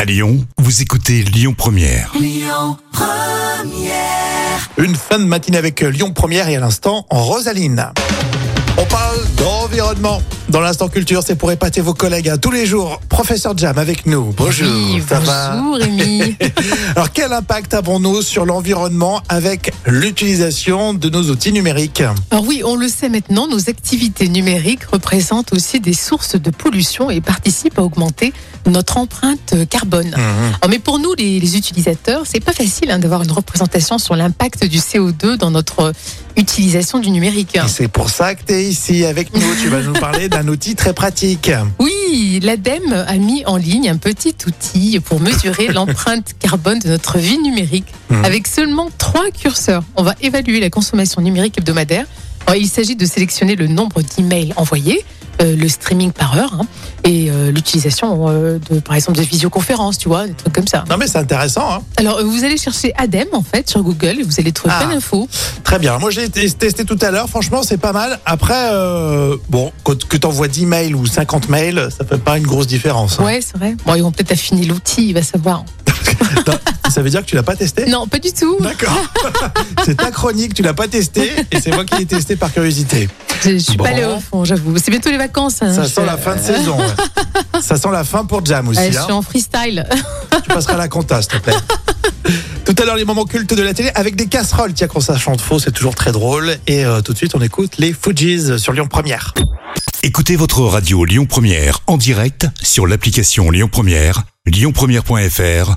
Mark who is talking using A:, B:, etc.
A: À Lyon, vous écoutez Lyon Première.
B: Une fin de matinée avec Lyon Première et à l'instant en Rosaline. On parle d'environnement. Dans l'instant culture, c'est pour épater vos collègues à tous les jours. Professeur Jam avec nous. Bonjour.
C: Oui,
B: ça va
C: bonjour Rémi.
B: Alors quel impact avons-nous sur l'environnement avec l'utilisation de nos outils numériques
C: Alors oui, on le sait maintenant, nos activités numériques représentent aussi des sources de pollution et participent à augmenter notre empreinte
B: Hum.
C: carbone. Alors, mais pour nous, les, les utilisateurs, c'est pas facile hein, d'avoir une représentation sur l'impact du CO2 dans notre euh, utilisation du numérique.
B: Et C'est pour ça que tu es ici avec nous. Tu vas nous parler d'un outil très pratique.
C: Oui, l'ADEME a mis en ligne un petit outil pour mesurer l'empreinte carbone de notre vie numérique.
B: Mhm.
C: Avec seulement trois curseurs, on va évaluer la consommation numérique hebdomadaire. Alors, il s'agit de sélectionner le nombre d'emails envoyés, euh, le streaming par heure hein, et euh, l'utilisation euh, de, par exemple, de visioconférences, tu vois, des trucs comme ça.
B: Non mais c'est intéressant. hein.
C: Alors, euh, vous allez chercher ADEME en fait sur Google et vous allez trouver
B: Ah.
C: plein d'infos.
B: Très bien. Moi j'ai t- testé tout à l'heure. Franchement c'est pas mal. Après, euh, bon, quand- que t'envoies 10 mails ou 50 mails, ça fait pas une grosse différence. hein.
C: Ouais, c'est vrai. Bon, ils vont peut-être affiner l'outil, il va savoir.
B: Ça veut dire que tu l'as pas testé
C: Non, pas du tout.
B: D'accord. c'est ta chronique, tu l'as pas testé et c'est moi qui l'ai testé par curiosité.
C: Je, je suis
B: Bon.
C: pas allée au fond, j'avoue. C'est bientôt les vacances. hein.
B: Ça
C: Je-
B: sent la fin de saison. ouais. Ça sent la fin pour Jam aussi.
C: Ouais, je
B: hein.
C: suis en freestyle.
B: Tu passeras à la compta, s'il te plaît. Tout à l'heure, les moments cultes de la télé avec des casseroles. Tiens, quand ça chante faux, c'est toujours très drôle. Et euh, tout de suite, on écoute les Fujis sur Lyon Première.
A: Écoutez votre radio Lyon Première en direct sur l'application Lyon Première, lyonpremière.fr